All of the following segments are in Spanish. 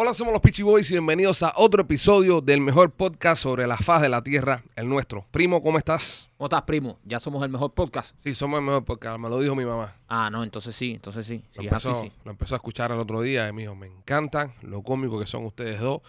Hola, somos los Peachy Boys y bienvenidos a otro episodio del mejor podcast sobre la faz de la tierra, el nuestro. Primo, ¿cómo estás? ¿Cómo estás, primo? Ya somos el mejor podcast. Sí, somos el mejor podcast, me lo dijo mi mamá. Ah, no, entonces sí, entonces sí. Lo, Sí, es empezó, así, sí. lo empezó a escuchar el otro día y me dijo, me encantan lo cómico que son ustedes dos,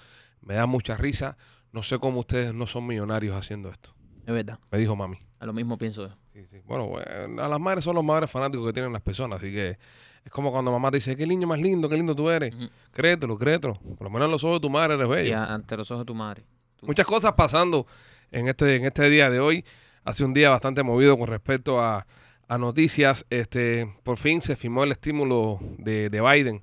me da mucha risa, no sé cómo ustedes no son millonarios haciendo esto. Es verdad. Me dijo mami. A lo mismo pienso yo. Sí, sí. Bueno, bueno, a las madres son los madres fanáticos que tienen las personas, así que es como cuando mamá te dice, qué niño más lindo, qué lindo tú eres. Ujú. Créetelo, créetelo. Por lo menos en los ojos de tu madre eres Y bello. a- ante los ojos de tu madre. Tú- Muchas cosas pasando en este, en este día de hoy. Hace un día bastante movido con respecto a, a noticias. Este, por fin se firmó el estímulo de, de Biden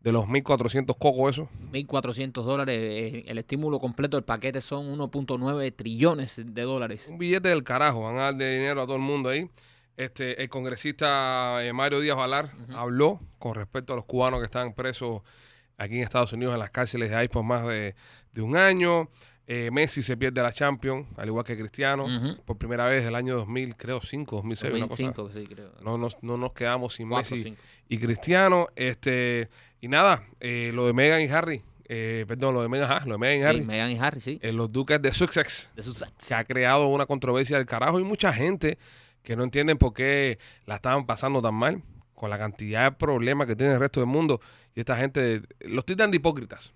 de los 1.400 cocos eso. 1.400 dólares. eh, El estímulo completo del paquete son 1.9 trillones de dólares. Un billete del carajo. Van a darle dinero a todo el mundo ahí. Este, el congresista eh, Mario Díaz Valar habló con respecto a los cubanos que están presos aquí en Estados Unidos en las cárceles de ICE por más de, de un año. Eh, Messi se pierde la Champions, al igual que Cristiano. Ujú. por primera vez del año 2000, creo 5, 2006, una cosa. 25, sí, creo. No nos, no nos quedamos sin Cuatro, Messi cinco. y Cristiano. Este, y nada, eh, lo de Megan y Harry, eh, perdón, lo de Megan, ajá, lo de Meghan y Harry, Sí, Meghan y Harry, sí. eh, los duques de Sussex, De sus que ha creado una controversia del carajo y mucha gente que no entienden por qué la estaban pasando tan mal con la cantidad de problemas que tiene el resto del mundo. Y esta gente, los tildan de hipócritas.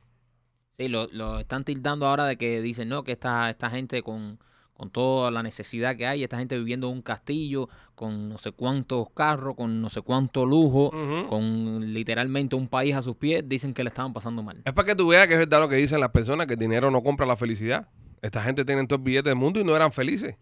Sí, lo, lo están tildando ahora de que dicen, no, que esta, esta gente con, con toda la necesidad que hay, esta gente viviendo en un castillo, con no sé cuántos carros, con no sé cuánto lujo, Ujú. con literalmente un país a sus pies, dicen que le estaban pasando mal. Es para que tú veas que es verdad lo que dicen las personas, que el dinero no compra la felicidad. Esta gente tiene todo el billete del mundo y no eran felices.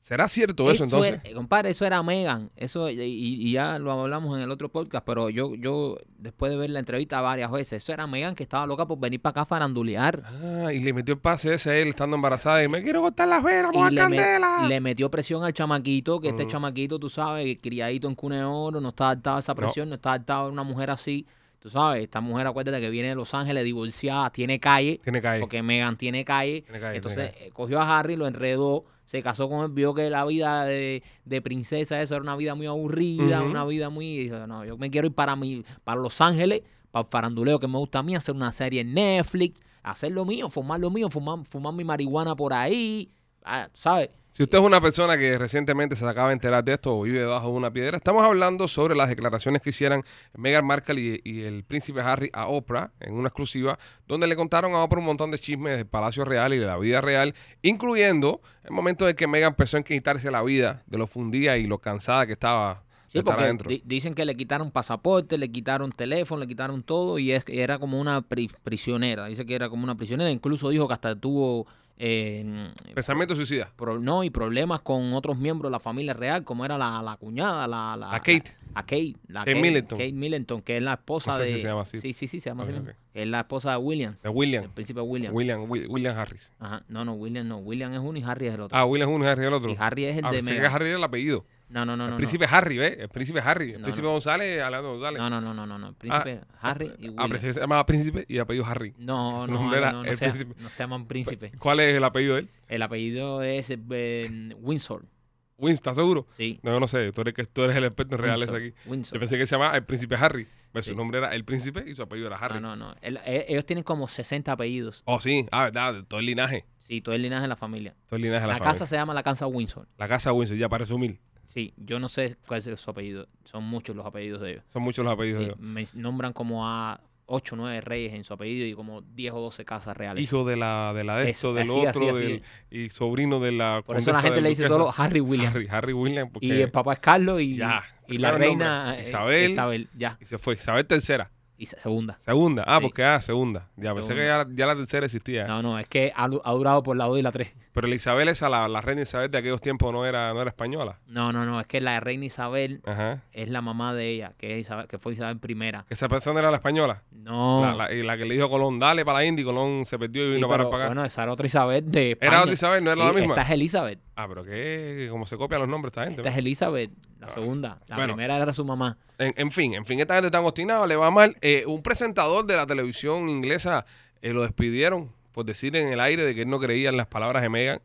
¿Será cierto eso, entonces? era- eh, compadre, eso era Megan, eso y, y ya lo hablamos en el otro podcast, pero yo, yo después de ver la entrevista varias veces, eso era Megan que estaba loca por venir para acá a farandulear. Ah, y le metió el pase ese a él estando embarazada y me quiero cortar las venas, Y moja le, me- candela. le metió presión al chamaquito, que este Ujú. chamaquito, tú sabes, que criadito en cune de oro, no está adaptado a esa No. presión, no, está adaptado a una mujer así. Tú sabes, esta mujer, acuérdate que viene de Los Ángeles, divorciada, tiene calle, Tiene que ir. porque Megan tiene calle. Tiene calle, Entonces tiene eh, cogió a Harry, lo enredó, se casó con él, vio que la vida de, de princesa, eso era una vida muy aburrida, Ujú. una vida muy... y dijo, no, yo me quiero ir para, mi, para Los Ángeles, para el faranduleo que me gusta a mí, hacer una serie en Netflix, hacer lo mío, fumar lo mío, fumar, fumar mi marihuana por ahí, ah, ¿sabes? Si usted es una persona que recientemente se acaba de enterar de esto o vive debajo de una piedra, estamos hablando sobre las declaraciones que hicieran Meghan Markle y, y el príncipe Harry a Oprah en una exclusiva, donde le contaron a Oprah un montón de chismes del Palacio Real y de la vida real, incluyendo el momento en que Meghan empezó a quitarse la vida de lo fundida y lo cansada que estaba de Sí, estar porque adentro. di- dicen que le quitaron pasaporte, le quitaron teléfono, le quitaron todo y es, era como una pri- prisionera. Dice que era como una prisionera. Incluso dijo que hasta tuvo eh, Pensamiento suicida. pro- no, y problemas con otros miembros de la familia real, como era la, la cuñada, la, la, La Kate. la- a Kate, la Kate Middleton. Kate Middleton, que es la esposa No sé de. si se llama así. Sí, sí, sí, se llama Ok, así. ok. mismo. Que es la esposa de Williams, De el William. príncipe William. William, Wi- William Harris. Ajá. No, no, William no. William es uno y Harry es el otro. Ah, William es uno, Harry es el otro. y Harry es el Ah, de pensé que Meghan. Harry era el apellido. No, no, no, el no, no. príncipe Harry, ¿ves? El príncipe Harry. El No, príncipe no. González, Alejandro González. No, no, no, no, no, no. Príncipe Harry y Ah, William. príncipe se llamaba príncipe y apellido Harry. No, Su no, nombre no, era no, no el se, llama- príncipe. no se llaman príncipe. ¿Cuál es el apellido de él? El apellido es eh, Windsor. Winston, seguro. Sí. No, yo no sé. Tú eres, que- tú eres el experto en reales Windsor, aquí. Yo Windsor. pensé que se llamaba el príncipe Harry. Pero su Sí. nombre era el príncipe y su apellido era Harry. No, no, no. El- e- ellos tienen como 60 apellidos. Oh, sí. Ah, verdad. de Todo el linaje. Sí, todo el linaje de la familia. Todo el linaje de La, la, casa familia. se llama la casa Windsor. La casa Winston, ya para resumir. Sí, yo no sé cuál es su apellido. Son muchos los apellidos de ellos. Son muchos los apellidos. Sí, de- me nombran como a 8 o 9 reyes en su apellido y como 10 o 12 casas reales. Hijo de la, de la de Eso, esto, del así, así, otro, así. del- y sobrino de la Por eso la condesa gente del le dice duquesa. solo Harry William. Harry, Harry William. Porque... Y el papá es Carlos y, Ya, y la primero el nombre. reina eh, Isabel. Isabel. Ya, y se fue. Isabel tercera. y se- segunda. Segunda. Ah, Sí. porque ah, segunda. Ya pensé que ya, Segunda. ya la tercera existía. No, no, es que ha, lu- ha durado por la 2 y la 3. Pero la Isabel esa, la, la reina Isabel de aquellos tiempos no era, no era española. No, no, no, es que la reina Isabel Ajá. es la mamá de ella, que, es Isabel, que fue Isabel primera. Esa persona era la española. No, La, la- y la que le dijo a Colón, dale para la India y Colón se perdió y sí, vino pero, para pagar. bueno, esa era otra Isabel de España. otra Isabel, no era la Sí, misma. Esta es Elizabeth, Ah, pero que como se copian los nombres esta gente. esta es Elizabeth, la Ah, segunda. La bueno. primera era su mamá. En, en fin, en fin, esta gente tan obstinada le va mal. Eh, un presentador de la televisión inglesa eh, lo despidieron por decir en el aire de que él no creía en las palabras de Megan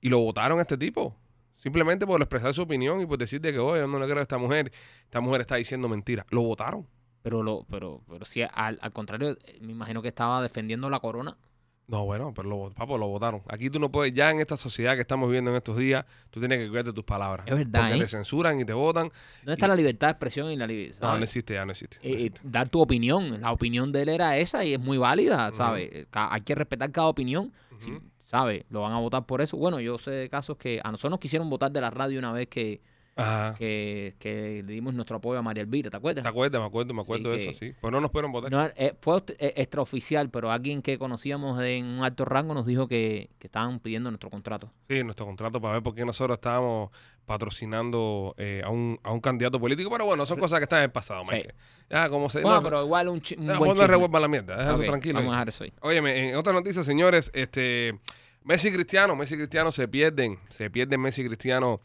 y lo votaron a este tipo. Simplemente por expresar su opinión y por decir de que, oye, yo no le creo a esta mujer, esta mujer está diciendo mentiras. Lo votaron. Pero, lo, pero, pero sí, al, al contrario, eh, me imagino que estaba defendiendo la corona. No, bueno, pero lo, papo, lo votaron. Aquí tú no puedes, ya en esta sociedad que estamos viviendo en estos días, tú tienes que cuidarte tus palabras. Es verdad, Porque ¿eh? te censuran y te votan. ¿Dónde está Y- la libertad de expresión y la libertad? No, no existe, ya no existe. no eh, eh, existe. dar tu opinión. La opinión de él era esa y es muy válida, ¿sabes? Eh, Ca- Hay que respetar cada opinión. si, Ujú. ¿Sabes? Lo van a votar por eso. Bueno, yo sé de casos que a nosotros nos quisieron votar de la radio una vez que, Ajá. que, que le dimos nuestro apoyo a María Elvira, ¿te acuerdas? ¿Te acuerdas? Me acuerdo, me acuerdo de que- eso, sí. Pero no nos pudieron votar. eh, No, eh, fue ost- eh, extraoficial, pero alguien que conocíamos en un alto rango nos dijo que, que estaban pidiendo nuestro contrato. Sí, nuestro contrato para ver por qué nosotros estábamos patrocinando eh, a, un, a un candidato político. Pero bueno, son cosas que están en el pasado, Sí. Mike. Ya, como se. bueno, Ah, no, pero igual un, chi- un no, buen vos no chisme. revuelvas la mierda, déjalo Ok, tranquilo. Vamos a dejar eso ahí. Óyeme, en otra noticia, señores, este Messi y Cristiano, Messi y Cristiano se pierden, se pierden Messi y Cristiano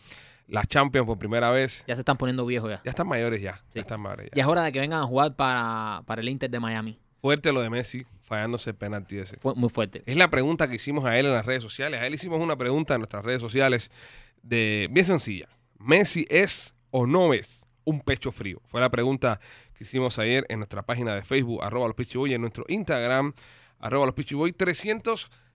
las Champions por primera vez. Ya se están poniendo viejos ya. Ya están mayores ya, Sí. ya están mayores ya. Ya es hora de que vengan a jugar para, para el Inter de Miami. Fuerte lo de Messi fallándose el penalti ese. Fue muy fuerte. Es la pregunta que hicimos a él en las redes sociales. A él hicimos una pregunta en nuestras redes sociales de bien sencilla. ¿Messi es o no es un pecho frío? Fue la pregunta que hicimos ayer en nuestra página de Facebook, arroba los Peachy Boys, y en nuestro Instagram, arroba los Peachy Boys.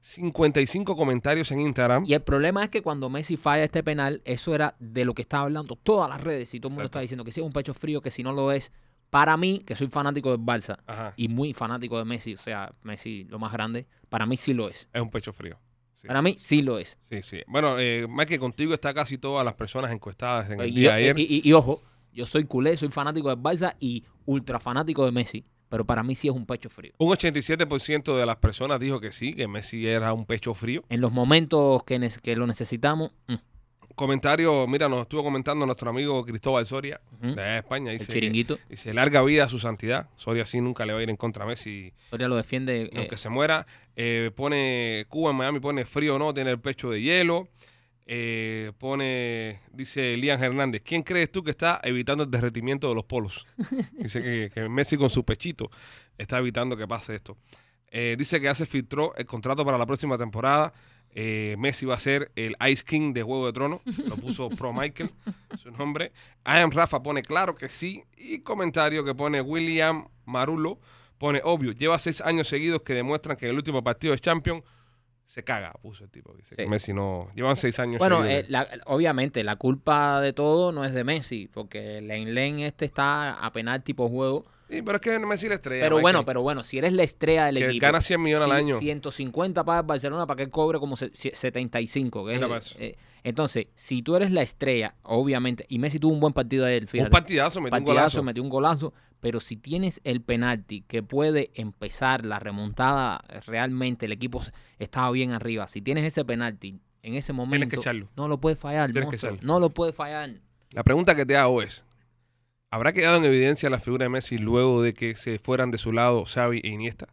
355 comentarios en Instagram. Y el problema es que cuando Messi falla este penal, eso era de lo que estaba hablando todas las redes y todo el mundo Exacto. está diciendo que si es un pecho frío, que si no lo es. Para mí, que soy fanático del Barça Ajá. y muy fanático de Messi, o sea, Messi lo más grande, para mí sí lo es. Es un pecho frío. Sí. Para mí sí lo es. Sí, sí. Bueno, eh, más que contigo está casi todas las personas encuestadas en el Y, día de y- ayer. y- y- y ojo, yo soy culé, soy fanático del Barça y ultra fanático de Messi, pero para mí sí es un pecho frío. Un 87% de las personas dijo que sí, que Messi era un pecho frío. En los momentos que, nece- que lo necesitamos, mm, Comentario, mira, nos estuvo comentando nuestro amigo Cristóbal Soria, ujú, de allá de España. ¿Mm? el Dice, que- chiringuito, dice, larga vida a su santidad. Soria sí nunca le va a ir en contra a Messi, Soria lo defiende. eh, ni aunque se muera. Eh, pone, Cuba en Miami pone frío o no, tiene el pecho de hielo. Eh, pone, dice Lian Hernández, ¿quién crees tú que está evitando el derretimiento de los polos? Dice que, que Messi con su pechito está evitando que pase esto. Eh, dice que ya se filtró el contrato para la próxima temporada. Eh, Messi va a ser el Ice King de Juego de Tronos. Lo puso Pro Michael, su nombre. I am Rafa pone claro que sí. Y comentario que pone William Marulo pone obvio. Lleva seis años seguidos que demuestran que en el último partido de Champions se caga, puso el tipo. Dice que Sí. Messi no. Llevan seis años Bueno, seguidos. eh, la- obviamente la culpa de todo no es de Messi, porque Len Len este está a penal tipo juego. Sí, pero es que Messi es la estrella. pero bueno, Michael, pero bueno, si eres la estrella del que equipo. gana 100 millones al cien- año. 150 para el Barcelona para que él cobre como se- sie- 75. que es Mira el- pa' eso. eh, entonces, si tú eres la estrella, obviamente, y Messi tuvo un buen partido ayer, fíjate. un partidazo, metió un partidazo, golazo. metió un golazo, pero si tienes el penalti que puede empezar la remontada, eh, realmente el equipo se- estaba bien arriba. Si tienes ese penalti en ese momento, que echarlo. no lo puedes fallar, Tienes que monstruo, echarlo. no lo puedes fallar. La pregunta que te hago es, ¿habrá quedado en evidencia la figura de Messi luego de que se fueran de su lado Xavi e Iniesta?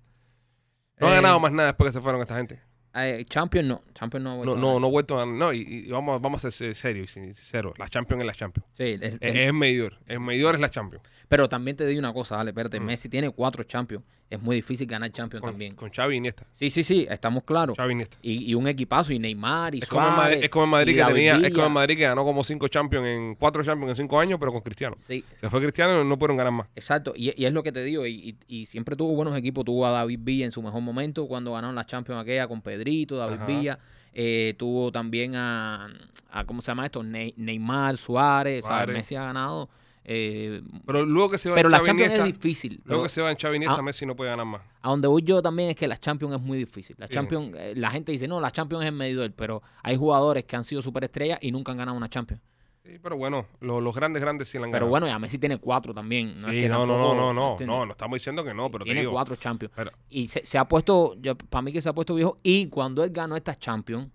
No ha Eh, ganado más nada después que se fueron esta gente. Eh, Champions no, Champions no. ha No, vuelto no, a ganar. no ha vuelto a No, y, y vamos, vamos a ser serios y sinceros. La Champions es la Champions. Sí, el- el- Es, es medidor. El medidor es la Champions. pero también te digo una cosa, dale, espérate, Mm. Messi tiene cuatro Champions, es muy difícil ganar Champions Con, también. con Xavi e Iniesta. Sí, sí, sí, estamos claros. Xavi e Iniesta. Y, y un equipazo, y Neymar, y Es como, en Suárez, Madrid, es como en Madrid y que David tenía, es Villa. como en Madrid que ganó como cinco Champions en cuatro Champions en cinco años, pero con Cristiano. Sí, Se fue Cristiano y no pudieron ganar más. Exacto, y, y es lo que te digo, y, y- y siempre tuvo buenos equipos, tuvo a David Villa en su mejor momento, cuando ganaron la Champions aquella con Pedrito, David Ajá. Villa, eh, tuvo también a, a, ¿cómo se llama esto? Ne- Neymar, Suárez, ¿sabes? Suárez. Messi ha ganado, eh, Pero luego que se va pero la Xavi e Champions Iniesta, es difícil. luego pero que se va en Xavi e Iniesta, Ah. Messi no puede ganar más. A donde voy yo también es que la Champions es muy difícil. La Sí. Champions, eh, la gente dice, no, la Champions es el medidor, pero hay jugadores que han sido superestrellas y nunca han ganado una Champions. Sí, pero bueno, lo- los grandes, grandes sí la han Pero ganado. bueno, ya Messi tiene cuatro también. No, Sí, es que no, no, no, tampoco- no, no, ¿entiendes? no, no estamos diciendo que no, pero te tiene digo. cuatro Champions. Pero- y se, se ha puesto, para mí que se ha puesto viejo. Y cuando él ganó estas Champions,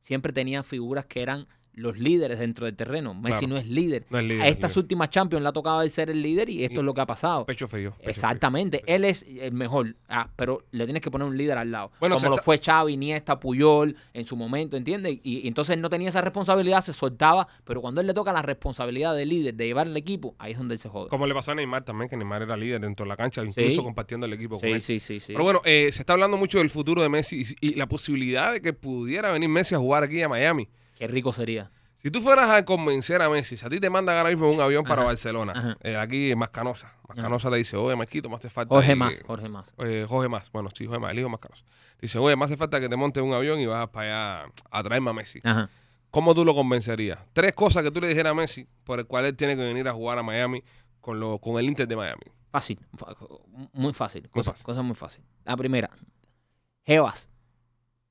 siempre tenía figuras que eran los líderes dentro del terreno. Messi Claro. no es líder. No es líder, a estas líder. últimas Champions le ha tocado él ser el líder y esto Y- es lo que ha pasado. Pecho frío. pecho Exactamente, él es el mejor, ah, pero le tienes que poner un líder al lado. Bueno, se como lo está- fue Xavi, Iniesta, Puyol en su momento, ¿entiendes? Y, y entonces él no tenía esa responsabilidad, se soltaba, pero cuando él le toca la responsabilidad de líder, de llevar el equipo, ahí es donde él se frío. jode. Como le pasó a Neymar también, que Neymar era líder dentro de la cancha, incluso Sí. compartiendo el equipo con Sí, él. sí, sí, sí. Pero bueno, eh, se está hablando mucho del futuro de Messi y, y la posibilidad de que pudiera venir Messi a jugar aquí a Miami. Qué rico sería. Si tú fueras a convencer a Messi, si a ti te mandan ahora mismo un avión para Ajá, Barcelona, ajá. eh, aquí Mascanosa, Mascanosa te dice, oye, Marquito, más te falta... Jorge ahí, más, eh, Jorge más. eh, Jorge Más, bueno, sí, Jorge Más, el hijo de Mascanosa. Dice, oye, más hace falta que te montes un avión y vas para allá a traerme a Messi. Ajá. ¿Cómo tú lo convencerías? Tres cosas que tú le dijeras a Messi por el cual él tiene que venir a jugar a Miami con, lo, con el Inter de Miami. Fácil, fa- muy fácil. Cosa, fácil. cosa muy fácil. La primera, Jebas,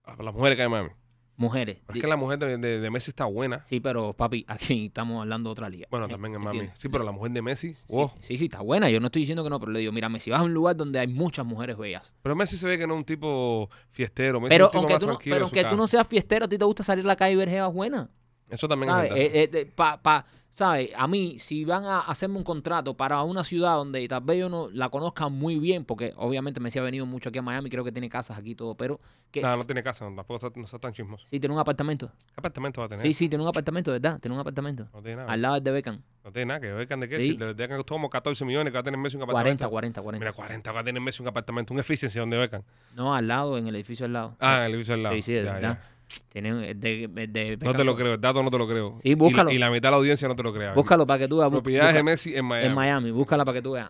A las mujeres que hay en Miami. mujeres. Pero Di- es que la mujer de, de- de Messi está buena. Sí, pero papi, aquí estamos hablando de otra liga. Bueno, Eh, también en ¿entiendes? Miami. Sí, pero la mujer de Messi, wow. Sí, sí, está buena. Yo no estoy diciendo que no, pero le digo, mira, si vas a un lugar donde hay muchas mujeres bellas. Pero Messi se ve que no es un tipo fiestero. Messi Pues es Pero un tipo aunque, más tú no, tranquilo pero en su aunque tú no casa. seas fiestero, a ti te gusta salir a la calle y ver jevas buenas. Eso también es ¿Sabes? verdad. Eh, eh, de- pa- pa- ¿sabes? A mí, si van a hacerme un contrato para una ciudad donde tal vez yo no la conozca muy bien, porque obviamente Messi ha venido mucho aquí a Miami, creo que tiene casas aquí y todo, pero que no, no tiene casa, no, tampoco está, no está tan chismoso. sí tiene un apartamento. ¿Qué apartamento va a tener? Sí, sí, tiene un apartamento, ¿verdad? Tiene un apartamento. No tiene nada. Al lado del de Beckham. No tiene nada. Que ver de qué. Sí. Si le dejan costó como 14 millones que va a tener Messi un 40, apartamento. 40, 40. Mira, 40 va a tener Messi un apartamento. Un efficiency donde becan. No, al lado, en el edificio al lado. Ah, el edificio al lado. Sí, sí, de Ya, ya. verdad. Tiene un- el de, el de No Beckham. te lo creo, el dato no te lo creo. Sí, Y la- búscalo. Y, la mitad de la audiencia no te lo crea. Búscalo para que tú veas. bu- Propiedades de busca- Messi en Miami. en Miami, búscala para que tú veas.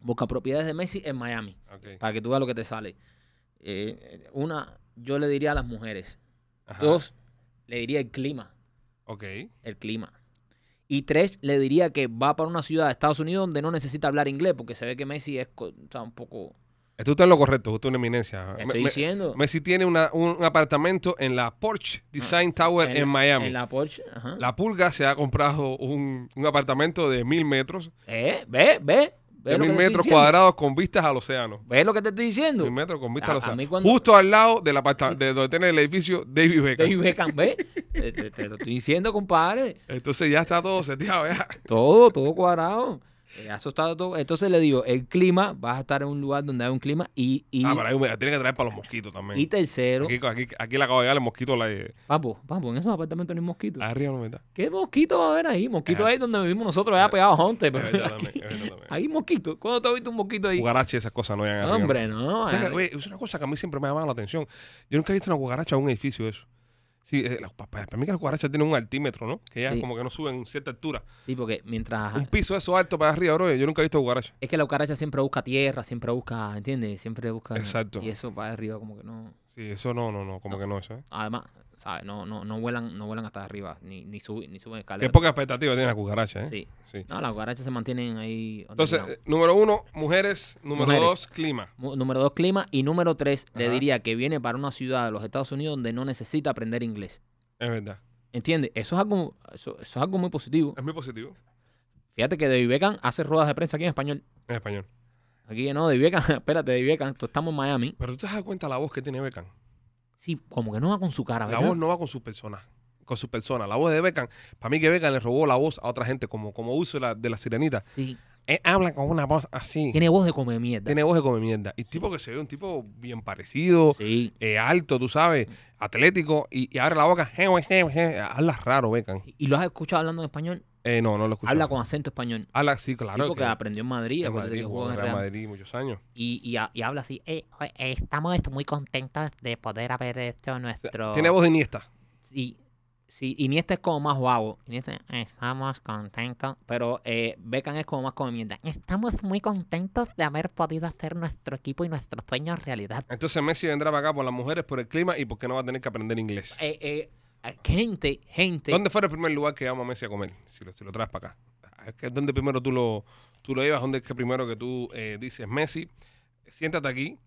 Busca propiedades de Messi en Miami. Ok. para que tú veas lo que te sale. Eh, una, yo le diría a las mujeres. Ajá. Dos, le diría el clima. Ok. El clima. Y tres, le diría que va para una ciudad de Estados Unidos donde no necesita hablar inglés, porque se ve que Messi es co- o sea, un poco. Tú estás en lo correcto, tú en eminencia. Me- Te estoy me- diciendo. Messi tiene una- un apartamento en la Porsche Design Tower en, la- Miami. En la... la Porsche. ajá. Pulga se ha comprado un, un apartamento de mil metros, Eh, ve, ve. ve de lo mil que te estoy metros diciendo. cuadrados con vistas al océano. Ve lo que te estoy diciendo. Mil metros con vistas A- al a océano. mí cuando- Justo al lado del aparta- de donde tiene el edificio David Beckham. David Beckham, ve. te, te- te lo estoy diciendo, compadre. Entonces ya está todo seteado. ya. Todo, todo cuadrado. Eh, Eso está todo. Entonces le digo, el clima, vas a estar en un lugar donde hay un clima y, y, Ah, pero ahí me- tiene que traer para los mosquitos también. y tercero. Aquí, aquí, aquí le acabo de llegar el mosquito la, eh, Papo, papo, en esos apartamentos no hay mosquitos. arriba no me da. ¿Qué mosquito va a haber ahí? Mosquito Ah. Ajá. ahí donde vivimos nosotros, allá pegados a Honte. Es verdad aquí- también, es verdad también. Ahí mosquito. ¿Cuándo te has visto un mosquito ahí? Cucaracha y esas cosas no llegan arriba. Hombre, no. O sea, eh, que, oye, es una cosa que a mí siempre me ha llamado la atención. Yo nunca he visto una cucaracha en un edificio eso. Sí, eh, las- pa- pa- para, mí que las cucarachas tienen un altímetro, ¿no? Que ya Sí. como que no suben cierta altura. Sí, porque mientras. Un piso eso alto para arriba, bro. Yo nunca he visto cucarachas. Es que la cucaracha siempre busca tierra, siempre busca, ¿entiendes? Siempre busca. Exacto. Y eso para arriba, como que no. Sí, eso no, no, no, como No. que no eso, ¿eh? Además, ¿sabes? No, no, no, vuelan, no vuelan hasta arriba, ni, ni, suben, ni suben Qué escaleras. poca expectativa tienen las cucarachas, ¿eh? Sí. Sí. No, las cucarachas se mantienen ahí. Entonces, underground. eh, número uno, mujeres. Número Mujeres. dos, clima. Mu- Número dos, clima. Y número tres, le Ajá. diría que viene para una ciudad de los Estados Unidos donde no necesita aprender inglés. Es verdad. ¿Entiendes? Eso es algo, eso, eso es algo muy positivo. Es muy positivo. Fíjate que David Beckham hace ruedas de prensa aquí en español. En español. Aquí no, David Beckham, espérate, David Beckham, tú estamos en Miami. Pero tú te das cuenta la voz que tiene Beckham. Sí, como que no va con su cara, La ¿verdad? voz no va con su persona. Con su persona. La voz de Beckham. Para mí que Beckham le robó la voz a otra gente, como, como Úrsula de la sirenita. Sí, Él habla con una voz así. tiene voz de come mierda. Tiene voz de come mierda. Y tipo que se ve un tipo bien parecido, Sí. eh, alto, tú sabes, atlético. Y, y abre la boca. Habla raro, Beckham. ¿Y lo has escuchado hablando en español? Eh, no, no lo escucho. Habla con acento español. Habla, sí, Sí, claro. porque que- aprendió en Madrid, en acuérdate Madrid, que jugó jugó en en Real Real. Madrid muchos años. Y, y, ha- y habla así, eh, Eh, Estamos est- muy contentos de poder haber hecho nuestro... Tiene voz de Iniesta. sí, sí, Iniesta es como más guavo. Iniesta, Estamos contentos. pero eh, Beckham es como más come mierda. Estamos muy contentos de haber podido hacer nuestro equipo y nuestros sueños realidad. Entonces Messi vendrá para acá por las mujeres, por el clima y porque no va a tener que aprender inglés. Eh, eh, eh, gente, gente. ¿Dónde fuera el primer lugar que llama a Messi a comer? Si lo, si lo traes para acá. Es que es donde primero tú lo, tú lo llevas, donde es que primero que tú eh, dices, Messi, siéntate aquí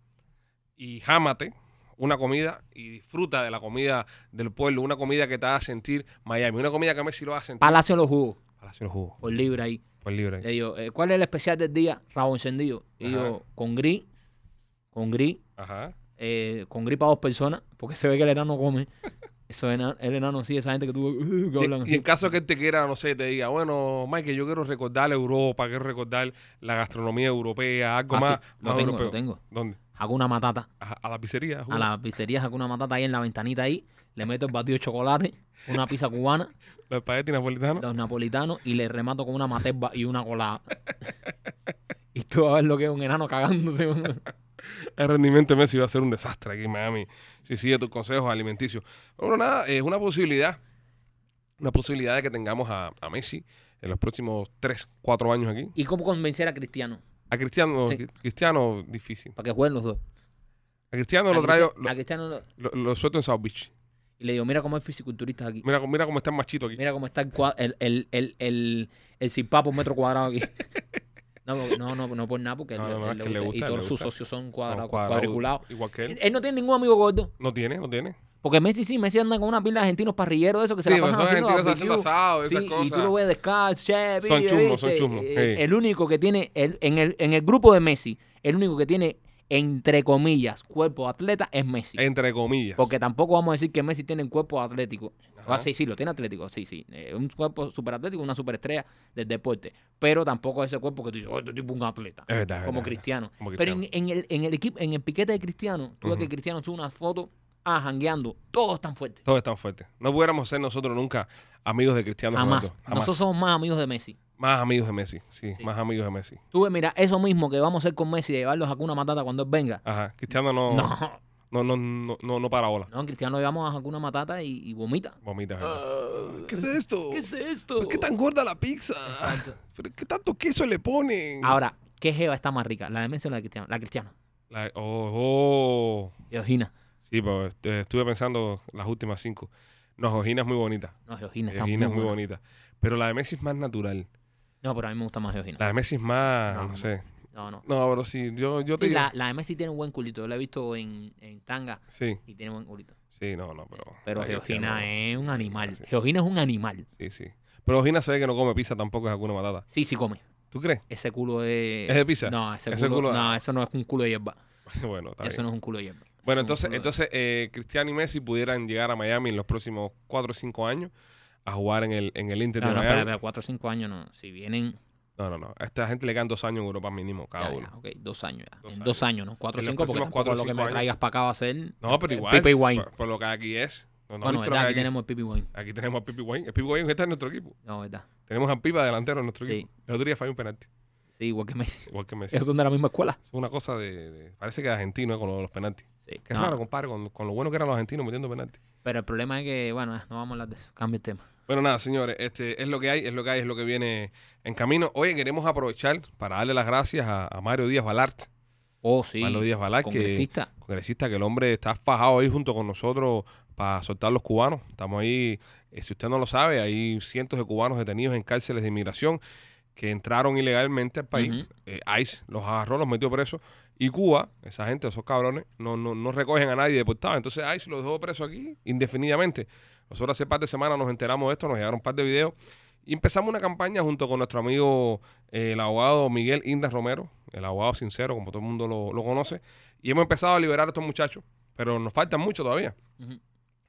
y jámate una comida y disfruta de la comida del pueblo, una comida que te haga sentir Miami, una comida que a Messi lo hace sentir. Palacio de los Jugos, Palacio de Jugo, por libre ahí. pues libre. Le digo, eh, ¿cuál es el especial del día? Rabo encendido. Y Ajá. yo, con gris, con gris, Ajá. eh, con gris para dos personas, porque se ve que el enano come. Eso ena- el enano sí, esa gente que tú uh, que hablan Y, y así. en caso que él te quiera, no sé, te diga, bueno, Mike, yo quiero recordar Europa, quiero recordar la gastronomía europea, algo Fácil, más, lo más Ah, tengo, europeo. lo tengo. ¿Dónde? Hago una matata. Ajá, A, la pizzería. A Jugo. la pizzería hago una matata ahí en la ventanita ahí. Le meto el batido de chocolate, una pizza cubana, Los espaguetis napolitanos. los napolitanos y le remato con una materba y una colada. Y tú vas a ver lo que es un enano cagándose. El rendimiento de Messi va a ser un desastre aquí en Miami si sigue tus consejos alimenticios. Bueno, nada, es una posibilidad. una posibilidad de que tengamos a, a Messi en los próximos 3, 4 años aquí. ¿Y cómo convencer a Cristiano? A Cristiano, Sí. Cri- Cristiano difícil. Para que jueguen los dos. A Cristiano a lo traigo, Cristi- a Cristiano lo- lo, lo- lo suelto en South Beach. y le digo, mira cómo hay fisiculturistas aquí. Mira, mira cómo está el machito aquí. Mira cómo está el cua- el, el, el, el, el sipapo un metro cuadrado aquí. No, porque- no, no, no por nada, porque él- No, no, no, él es le que le gusta- y gusta, todos le sus gusta. socios son, Son cuadra- cuadrados, cuadriculados. Igual que Él, él. él no tiene ningún amigo gordo. No tiene, no tiene. Porque Messi sí, Messi anda con una pila de argentinos parrilleros de esos que se Sí, la pues pasan son haciendo argentinos haciendo barbecue. asado, esas Sí, y tú cosas. lo ves descalzo, che, Son pibe, chusmos, son ¿viste? chusmos, Eh, sí. El único que tiene, el- en, el, en el grupo de Messi, el único que tiene, entre comillas, cuerpo de atleta es Messi. Entre comillas. Porque tampoco vamos a decir que Messi tiene un cuerpo atlético. Ajá. Ah, sí, sí, lo tiene atlético, sí, sí. Eh, un cuerpo super atlético, una superestrella del deporte. Pero tampoco ese cuerpo que tú dices, oh, este tipo es un atleta. Es verdad, es como verdad. cristiano. Como Pero Cristiano. en, en el, en el equipo, en el piquete de Cristiano, tú ves Ujú. que Cristiano sube una foto ah, jangueando. Todos están fuertes. Todos están fuertes. No pudiéramos ser nosotros nunca amigos de Cristiano Jamás. Ronaldo. Nosotros somos más amigos de Messi. Más amigos de Messi. Sí, Sí. más amigos de Messi. Tú ves, mira, eso mismo que vamos a hacer con Messi de llevarlos a una matata cuando él venga. Ajá. Cristiano no. No, No, no, no, no, no, para bola. no, Cristiano lo llevamos a una matata y, y vomita. Vomita, ¿verdad? Ah, ¿Qué es esto? ¿Qué es esto? ¿Por qué tan gorda la pizza? Exacto. ¿Pero qué tanto queso le ponen? Ahora, ¿qué jeva está más rica? ¿La de Messi o la de Cristiano? La de Cristiano. La- oh, oh. Georgina. Sí, pero este, estuve pensando las últimas cinco. No, Georgina es muy bonita. No, Georgina está Georgina es muy muy buena. bonita. Pero la de Messi es más natural. No, pero a mí me gusta más Georgina. La de Messi es más, No, no, no. sé. No, no. No, pero sí, yo, yo te Sí, digo. la, la de Messi tiene un buen culito. Yo la he visto en, en tanga Sí, y tiene buen culito. sí, no, no, pero. Pero la de Cristiano, Georgina es sí, un animal. sí, Georgina es un animal. Sí, sí. Pero Georgina se ve que no come pizza tampoco, es alguna matata. Sí, sí come. ¿Tú crees? Ese culo es... ¿Es de pizza? No, ese, Ese culo... culo- No, eso no es un culo de hierba. bueno, está eso bien. no es un culo de hierba. Eso Bueno, es un entonces, culo de- entonces eh, Cristiano y Messi pudieran llegar a Miami en los próximos 4 o 5 años a jugar en el, en el Inter No, de no, Miami. espera, espera, cuatro o cinco años no. Si vienen... No, no, no. A esta gente le quedan 2 años en Europa mínimo ya, cada ya, uno. ok, dos años ya. Dos en dos años, ¿no? Cuatro o En los cinco, porque próximos tampoco cuatro o lo que cinco me años. traigas para acá va a ser... No, pero eh, igual. Pipe y Wine. Por, por lo que aquí es. No, no, bueno, ¿viste lo ¿verdad? que Aquí aquí, tenemos el Pipi Wine. aquí tenemos a Pipi Wayne. El Pipi Wayne está en nuestro equipo. No, ¿verdad? Tenemos a Pipa delantero en nuestro Sí. equipo. El otro día falló un penalti. Sí, igual que Messi. Igual que Messi. Ellos son de la misma escuela. Es una cosa de, de- Parece que de argentino eh, con lo de los penaltis. Sí. Qué raro, compadre, con, con lo bueno que eran los argentinos metiendo penaltis. Pero el problema es que, bueno, eh, no vamos a hablar de eso. Cambia el tema. Bueno, nada, señores, este es lo que hay, es lo que hay, es lo que viene en camino. Oye, queremos aprovechar para darle las gracias a, a Mario Díaz Balart. Oh, sí. Mario Díaz Balart, Ah, que Congresista. congresista, que el hombre está fajado ahí junto con nosotros para soltar los cubanos. Estamos ahí, eh, si usted no lo sabe, hay cientos de cubanos detenidos en cárceles de inmigración que entraron ilegalmente al país. Ujú. Eh, ICE los agarró, los metió presos. Y Cuba, esa gente, esos cabrones, no, no, no recogen a nadie deportado. Entonces ICE los dejó presos aquí indefinidamente. Nosotros hace par de semanas nos enteramos de esto, nos llegaron un par de videos. Y empezamos una campaña junto con nuestro amigo, eh, el abogado Miguel Indas Romero, el abogado sincero, como todo el mundo lo, lo conoce. Y hemos empezado a liberar a estos muchachos, pero nos faltan mucho todavía. Ujú.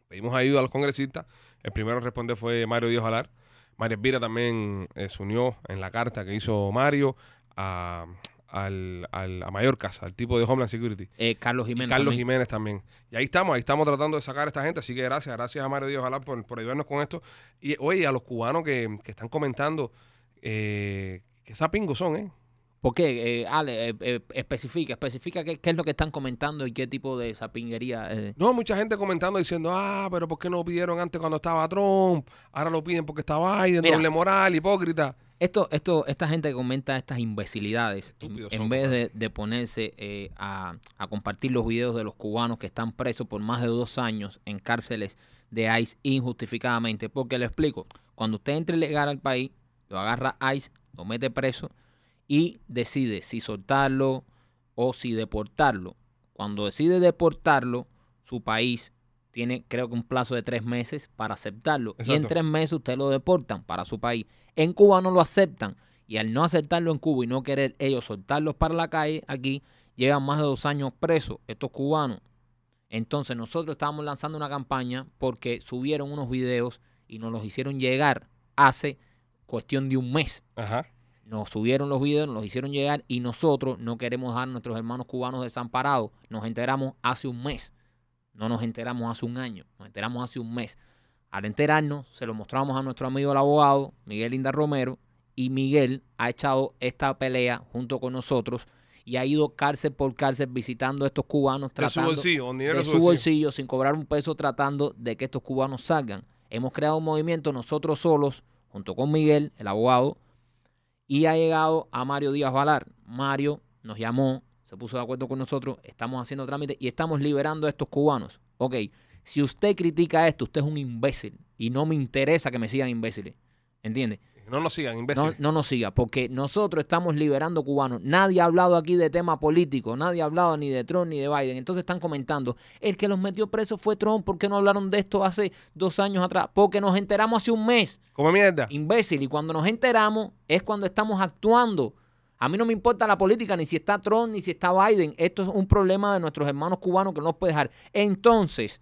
Pedimos ayuda a los congresistas. El primero en responder fue Mario Díaz Valar. María Elvira también eh, se unió en la carta que hizo Mario a, al, al, a Mallorcas, al tipo de Homeland Security. Eh, Carlos Y Jiménez. Carlos también. Jiménez también. Y ahí estamos, ahí estamos tratando de sacar a esta gente. Así que gracias, gracias a Mario Díaz Valar por, por ayudarnos con esto. Y oye, a los cubanos que, que están comentando, eh, que sapingos son, ¿eh? ¿Por qué? Eh, Ale, eh, eh, especifica, especifica qué, qué es lo que están comentando y qué tipo de sapinguería. eh. No, mucha gente comentando diciendo, ah, pero ¿por qué no lo pidieron antes cuando estaba Trump? Ahora lo piden porque está Biden, Mira. doble moral, hipócrita. Esto, esto, esta gente que comenta estas imbecilidades, en, Estúpidos en son, vez de, de ponerse eh, a, a compartir los videos de los cubanos que están presos por más de dos años en cárceles de ICE injustificadamente. Porque le explico, cuando usted entra ilegal al país, lo agarra ICE, lo mete preso y decide si soltarlo o si deportarlo. Cuando decide deportarlo, su país tiene creo que un plazo de tres meses para aceptarlo. Y en Exacto. tres meses usted lo deportan para su país. En Cuba no lo aceptan. Y al no aceptarlo en Cuba y no querer ellos soltarlos para la calle aquí, llevan más de dos años presos estos cubanos. Entonces nosotros estábamos lanzando una campaña porque subieron unos videos y nos los hicieron llegar hace cuestión de un mes Ajá. nos subieron los videos, nos los hicieron llegar y nosotros no queremos dejar a nuestros hermanos cubanos desamparados. Nos enteramos hace un mes, no nos enteramos hace un año, nos enteramos hace un mes. Al enterarnos, se lo mostramos a nuestro amigo el abogado, Miguel Inda Romero, y Miguel ha echado esta pelea junto con nosotros y ha ido cárcel por cárcel visitando a estos cubanos, De su tratando bolsillo, con dinero de su bolsillo sin cobrar un peso tratando de que estos cubanos salgan. Hemos creado un movimiento nosotros solos, junto con Miguel, el abogado, y ha llegado a Mario Díaz Valar. Mario nos llamó, se puso de acuerdo con nosotros, estamos haciendo trámites y estamos liberando a estos cubanos. Ok, si usted critica esto, usted es un imbécil y no me interesa que me sigan imbéciles. ¿Entiende? No nos sigan, No, imbéciles. no nos siga, porque nosotros estamos liberando cubanos. Nadie ha hablado aquí de tema político, nadie ha hablado ni de Trump ni de Biden. Entonces están comentando, el que los metió presos fue Trump, ¿por qué no hablaron de esto hace dos años atrás? Porque nos enteramos hace un mes Come mierda. imbécil. Y cuando nos enteramos es cuando estamos actuando. A mí no me importa la política, ni si está Trump, ni si está Biden. Esto es un problema de nuestros hermanos cubanos que no nos puede dejar. Entonces,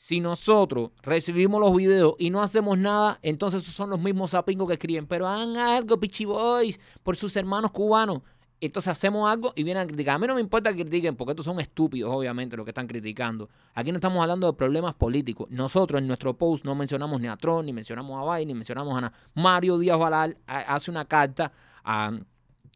si nosotros recibimos los videos y no hacemos nada, entonces esos son los mismos sapingos que escriben. Pero hagan algo, pichiboys, por sus hermanos cubanos. Entonces hacemos algo y vienen a criticar. A mí no me importa que critiquen, porque estos son estúpidos, obviamente, los que están criticando. Aquí no estamos hablando de problemas políticos. Nosotros en nuestro post no mencionamos ni a Trump, ni mencionamos a Biden, ni mencionamos a nada. Mario Díaz Balal eh, hace una carta a-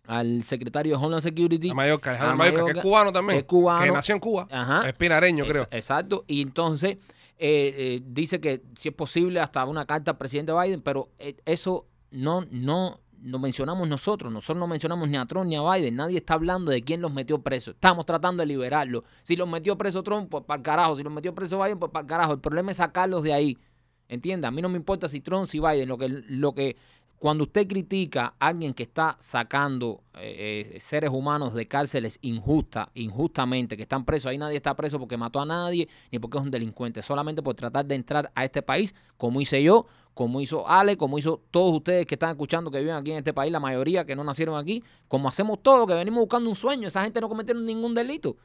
al secretario de Homeland Security. A Mallorca, Alejandro A Mallorca, que Mallorca, es cubano también. que es cubano. Que nació en Cuba. Ajá. Es pinareño, creo. Ex- Exacto. Y entonces eh, eh, dice que si es posible hasta una carta al presidente Biden, pero eh, eso no, no lo mencionamos nosotros. Nosotros no mencionamos ni a Trump ni a Biden. Nadie está hablando de quién los metió preso. Estamos tratando de liberarlos. Si los metió preso Trump, pues para el carajo. Si los metió preso Biden, pues para el carajo. El problema es sacarlos de ahí. ¿Entiendes? A mí no me importa si Trump, si Biden, lo que, lo que cuando usted critica a alguien que está sacando eh, eh, seres humanos de cárceles injusta, injustamente, que están presos, ahí nadie está preso porque mató a nadie ni porque es un delincuente, solamente por tratar de entrar a este país, como hice yo, como hizo Ale, como hizo todos ustedes que están escuchando que viven aquí en este país, la mayoría que no nacieron aquí, como hacemos todos, que venimos buscando un sueño, esa gente no cometieron ningún delito.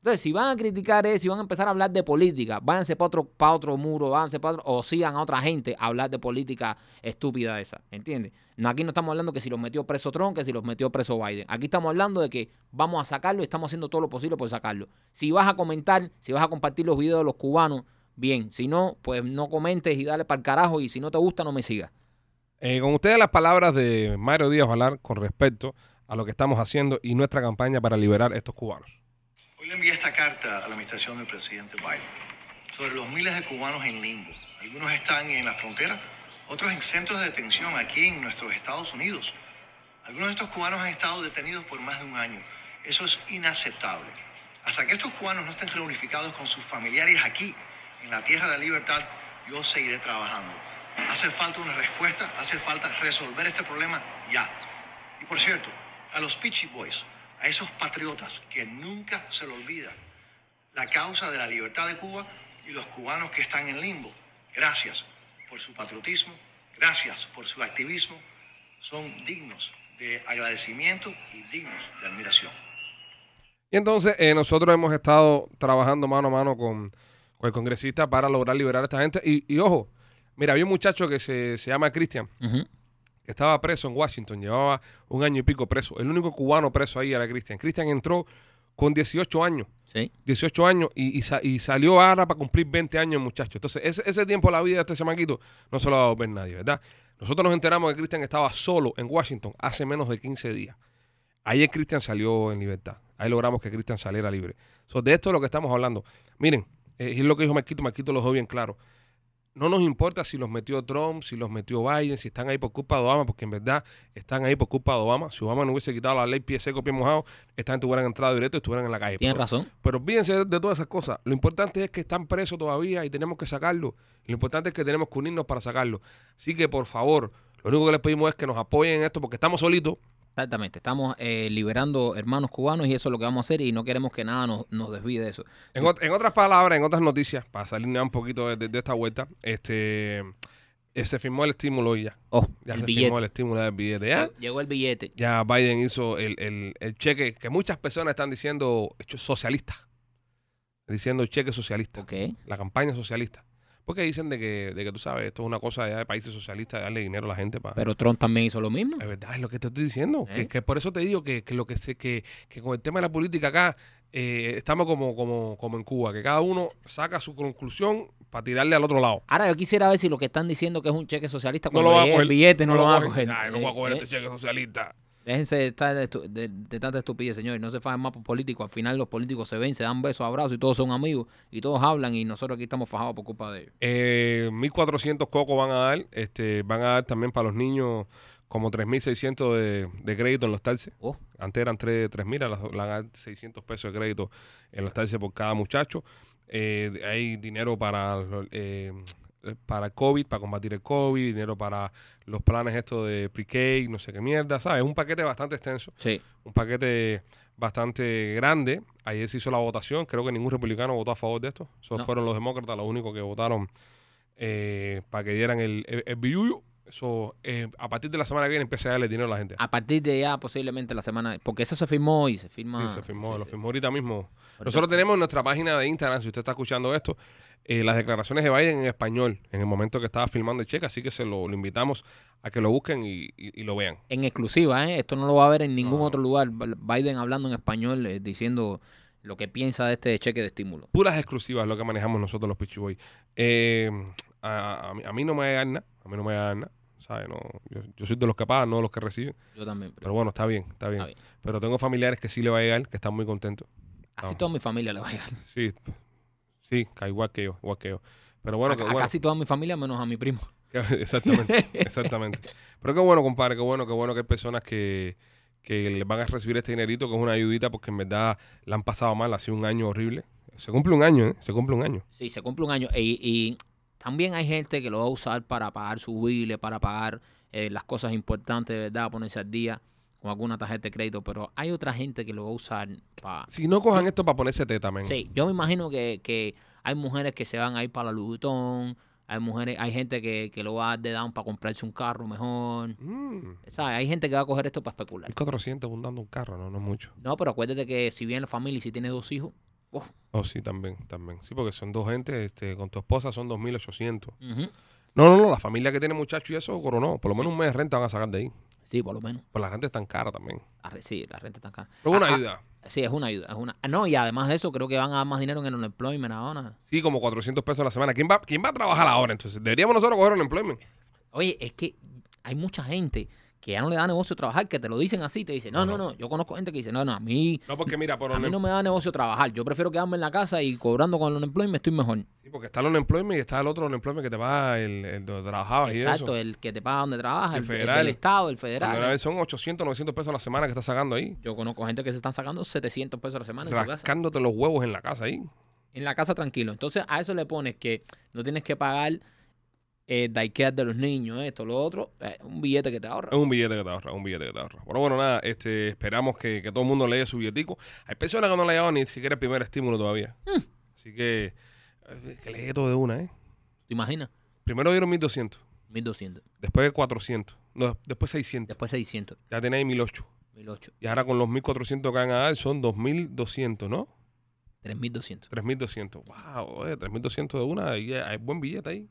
Entonces, si van a criticar eso, si van a empezar a hablar de política, váyanse para otro, pa' otro muro, váyanse para otro, o sigan a otra gente a hablar de política estúpida esa, ¿entiendes? No, aquí no estamos hablando que si los metió preso Trump, que si los metió preso Biden. Aquí estamos hablando de que vamos a sacarlo y estamos haciendo todo lo posible por sacarlo. Si vas a comentar, si vas a compartir los videos de los cubanos, bien. Si no, pues no comentes y dale para el carajo y si no te gusta, no me sigas. Eh, con ustedes las palabras de Mario Díaz Valar con respecto a lo que estamos haciendo y nuestra campaña para liberar estos cubanos. Hoy le envié esta carta a la administración del presidente Biden sobre los miles de cubanos en limbo. Algunos están en la frontera, otros en centros de detención aquí en nuestros Estados Unidos. Algunos de estos cubanos han estado detenidos por más de un año. Eso es inaceptable. Hasta que estos cubanos no estén reunificados con sus familiares aquí, en la tierra de la libertad, yo seguiré trabajando. Hace falta una respuesta, hace falta resolver este problema ya. Y por cierto, a los Peachy Boys, a esos patriotas que nunca se lo olvida la causa de la libertad de Cuba y los cubanos que están en limbo, gracias por su patriotismo, gracias por su activismo, son dignos de agradecimiento y dignos de admiración. Y entonces eh, nosotros hemos estado trabajando mano a mano con, con el congresista para lograr liberar a esta gente. Y, y ojo, mira, había un muchacho que se, se llama Cristian, que estaba preso en Washington, llevaba un año y pico preso. El único cubano preso ahí era Cristian. Cristian entró con 18 años. Sí. 18 años y, y sa- y salió ahora para cumplir 20 años, muchacho. Entonces, ese, ese tiempo de la vida de este chamaquito no se lo va a volver nadie, ¿verdad? Nosotros nos enteramos que Cristian estaba solo en Washington hace menos de 15 días. Ayer Cristian salió en libertad. Ahí logramos que Cristian saliera libre. So, de esto es lo que estamos hablando. Miren, eh, es lo que dijo Marquito, Marquito lo dejó bien claro. No nos importa si los metió Trump, si los metió Biden, si están ahí por culpa de Obama, porque en verdad están ahí por culpa de Obama. Si Obama no hubiese quitado la ley pie seco, pie mojado, esta gente hubieran entrado directo y estuvieran en la calle. Tienes Pero- razón. pero olvídense de, de todas esas cosas. Lo importante es que están presos todavía y tenemos que sacarlo. Lo importante es que tenemos que unirnos para sacarlo. Así que, por favor, lo único que les pedimos es que nos apoyen en esto porque estamos solitos. Exactamente, estamos eh, liberando hermanos cubanos y eso es lo que vamos a hacer y no queremos que nada nos, nos desvíe de eso. En, ot- en otras palabras, en otras noticias, para salir ya un poquito de, de- de esta vuelta, este, eh, se firmó el estímulo hoy ya. Oh, Ya el se billete. firmó el estímulo del billete. Ya, Llegó el billete. ya Biden hizo el, el- el cheque que muchas personas están diciendo hecho socialista. Diciendo cheque socialista. Ok. la campaña socialista. Porque dicen de que, de que tú sabes, esto es una cosa ya de países socialistas, de darle dinero a la gente para... Pero Trump también hizo lo mismo. es verdad, es lo que te estoy diciendo. ¿Eh? Que, que por eso te digo que, que lo que, se, que, que con el tema de la política acá eh, estamos como, como, como en Cuba, que cada uno saca su conclusión para tirarle al otro lado. Ahora yo quisiera ver si lo que están diciendo que es un cheque socialista No cuando lo va a llegue coger. el billete Este no, lo van a cogen. coger. Ay, no voy a coger Eh, este cheque socialista. eh, Déjense de, estar estu- de, de tanta estupidez, señores. No se fajen más por políticos. Al final los políticos se ven, se dan besos, abrazos y todos son amigos. Y todos hablan y nosotros aquí estamos fajados por culpa de ellos. Eh, 1.400 cocos van a dar. Este, van a dar también para los niños como 3.600 de, de crédito en los talces. Oh, Antes eran tres- 3.000, ahora le van a dar 600 pesos de crédito en los talces por cada muchacho. Eh, hay dinero para, lo- eh, para COVID, para combatir el COVID, dinero para los planes estos de pre-K, no sé qué mierda, ¿sabes? Un paquete bastante extenso sí. un paquete bastante grande. Ayer se hizo la votación. Creo que ningún republicano votó a favor de esto. Solo No. fueron los demócratas los únicos que votaron eh, para que dieran el, el, el billullo. Eso, eh, a partir de la semana que viene empieza a darle dinero a la gente. A partir de ya, posiblemente la semana. Porque eso se firmó hoy. Se firma. Sí, se firmó, sí, lo sí. firmó ahorita mismo. Pues Nosotros tenemos en nuestra página de Instagram, si usted está escuchando esto, eh, las declaraciones de Biden en español, en el momento que estaba filmando el cheque, así que se lo, lo invitamos a que lo busquen y, y- y lo vean. en exclusiva, ¿eh? Esto no lo va a ver en ningún No. otro lugar. Biden hablando en español, eh, diciendo lo que piensa de este cheque de estímulo. puras exclusivas lo que manejamos nosotros los Pitchy Boys. Eh, a, a mí, a mí no me dan nada, a mí no me dan nada. ¿sabes? No, yo, yo soy de los que pagan, no de los que reciben. Yo también. pero- Pero bueno, está bien, está bien. Está bien. Pero tengo familiares que sí le va a llegar, que están muy contentos. Así no. toda mi familia le va a llegar. Sí, sí, ca- igual que yo, igual que yo. Pero bueno, a, que a bueno. casi toda mi familia, menos a mi primo. que- exactamente, exactamente. Pero qué bueno, compadre, qué bueno, qué bueno que hay personas que, que le van a recibir este dinerito, que es una ayudita, porque en verdad la han pasado mal, ha sido un año horrible. Se cumple un año, ¿eh? Se cumple un año. Sí, se cumple un año. Y, y también hay gente que lo va a usar para pagar su bill, para pagar eh, las cosas importantes, ¿verdad? Ponerse al día con alguna tarjeta de crédito. Pero hay otra gente que lo va a usar para... Si no cojan esto para ponerse teta, men. Sí, yo me imagino que, que hay mujeres que se van a ir para la Louboutin, hay mujeres, hay gente que, que lo va a dar de down para comprarse un carro mejor. Mm. ¿Sabes? Hay gente que va a coger esto para especular. 1400 abundando un carro, no, no es mucho. No, pero acuérdate que si bien la familia y si tiene dos hijos, uf, Oh, sí, también, también. Sí, porque son dos gente, este, con tu esposa son 2800. ujú. No, no, no, la familia que tiene muchachos y eso coronó. Por lo menos un mes de renta van a sacar de ahí. sí, por lo menos. Pues la renta es tan cara también. La re- Sí, la renta está cara. Pero es una Ah, ah, ayuda. Sí, es una ayuda. Es una... ah, No, y además de eso, creo que van a dar más dinero en el unemployment ahora. Sí, como 400 pesos a la semana. ¿Quién va, ¿Quién va a trabajar ahora entonces? Deberíamos nosotros coger un employment. Oye, es que hay mucha gente que ya no le da negocio trabajar, que te lo dicen así, te dicen, no, No, no, no. Yo conozco gente que dice, no, no, a mí, No, porque mira, por a mí unem- no me da negocio trabajar. Yo prefiero quedarme en la casa y cobrando con el unemployment estoy mejor. sí, porque está el unemployment y está el otro unemployment que te paga el, el donde trabajabas Exacto, Ah, y eso. el que te paga donde trabajas, El el, el federal. del Estado, el Cuando una federal. vez son 800, 900 pesos a la semana que estás sacando ahí. Yo conozco gente que se están sacando 700 pesos a la semana en su casa. Rascándote los huevos en la casa ahí. en la casa tranquilo. Entonces a eso le pones que no tienes que pagar eh, daycare de los niños, esto, lo otro, eh, un billete que te ahorra. Es un billete que te ahorra, un billete que te ahorra. Pero bueno, nada, este, esperamos que, que todo el mundo lea su billetico. Hay personas que no le ha llegado ni siquiera el primer estímulo todavía. Hmm. Así que, eh, que le llegue todo de una, ¿eh? ¿Te imaginas? Primero dieron 1.200, 1200, después 400, no, después 600, después 600, ya tenéis 1.008. 1008, Y ahora con los 1.400 que van a dar son 2.200, ¿no? 3200. 3.200. ¡Wow! eh, 3.200 de una, y hay buen billete ahí.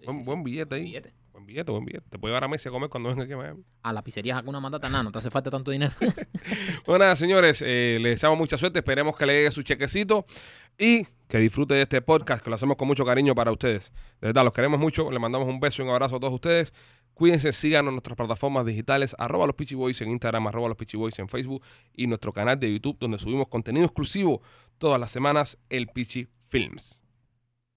Sí, Buen, sí, sí. buen billete ahí. Billete. Buen billete, buen billete. Te puede llevar a Messi a comer cuando venga aquí a Miami. A la pizzería Hakuna Matata, nada, no te hace falta tanto dinero. Bueno, nada, señores, eh, les deseamos mucha suerte. Esperemos que le llegue su chequecito y que disfrute de este podcast, que lo hacemos con mucho cariño para ustedes. De verdad, los queremos mucho. Les mandamos un beso y un abrazo a todos ustedes. Cuídense, síganos en nuestras plataformas digitales, arroba los Peachy Boys en Instagram, arroba los Peachy Boys en Facebook y nuestro canal de YouTube, donde subimos contenido exclusivo todas las semanas, el Pichi Films.